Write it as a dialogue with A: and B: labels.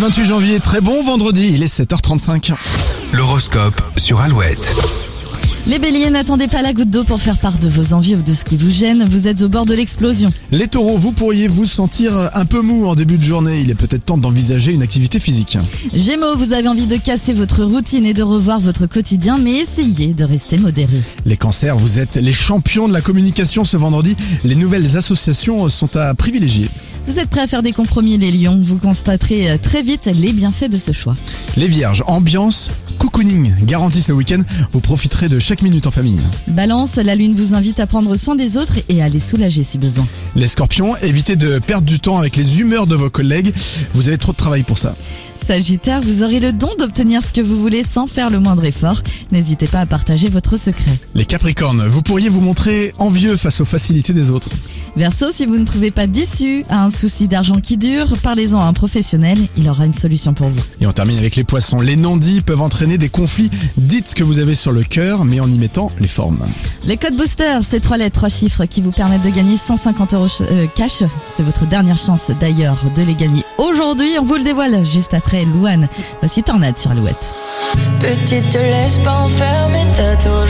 A: 28 janvier, très bon vendredi, il est 7h35.
B: L'horoscope sur Alouette.
C: Les béliers, n'attendez pas la goutte d'eau pour faire part de vos envies ou de ce qui vous gêne. Vous êtes au bord de l'explosion.
A: Les taureaux, vous pourriez vous sentir un peu mou en début de journée, il est peut-être temps d'envisager une activité physique.
C: Gémeaux, vous avez envie de casser votre routine et de revoir votre quotidien, mais essayez de rester modéré.
A: Les cancers, vous êtes les champions de la communication ce vendredi, les nouvelles associations sont à privilégier.
C: Vous êtes prêts à faire des compromis, les lions. Vous constaterez euh, très vite les bienfaits de ce choix.
A: Les vierges, ambiance, cocooning, garantie ce week-end, vous profiterez de chaque minute en famille.
C: Balance, la lune vous invite à prendre soin des autres et à les soulager si besoin.
A: Les scorpions, évitez de perdre du temps avec les humeurs de vos collègues, vous avez trop de travail pour ça.
C: Sagittaire, vous aurez le don d'obtenir ce que vous voulez sans faire le moindre effort. N'hésitez pas à partager votre secret.
A: Les capricornes, vous pourriez vous montrer envieux face aux facilités des autres.
C: Verseau, si vous ne trouvez pas d'issue à un souci d'argent qui dure, parlez-en à un professionnel, il aura une solution pour vous.
A: Et on termine avec les poissons, les non-dits peuvent entraîner des conflits, dites ce que vous avez sur le cœur mais en y mettant les formes.
C: Les codes booster, c'est trois lettres, trois chiffres qui vous permettent de gagner 150 euros ch- euh, cash. C'est votre dernière chance d'ailleurs de les gagner aujourd'hui. On vous le dévoile juste après Louane. Voici Tornade sur Alouette.
D: Petite, te laisse pas enfermer, t'as toujours.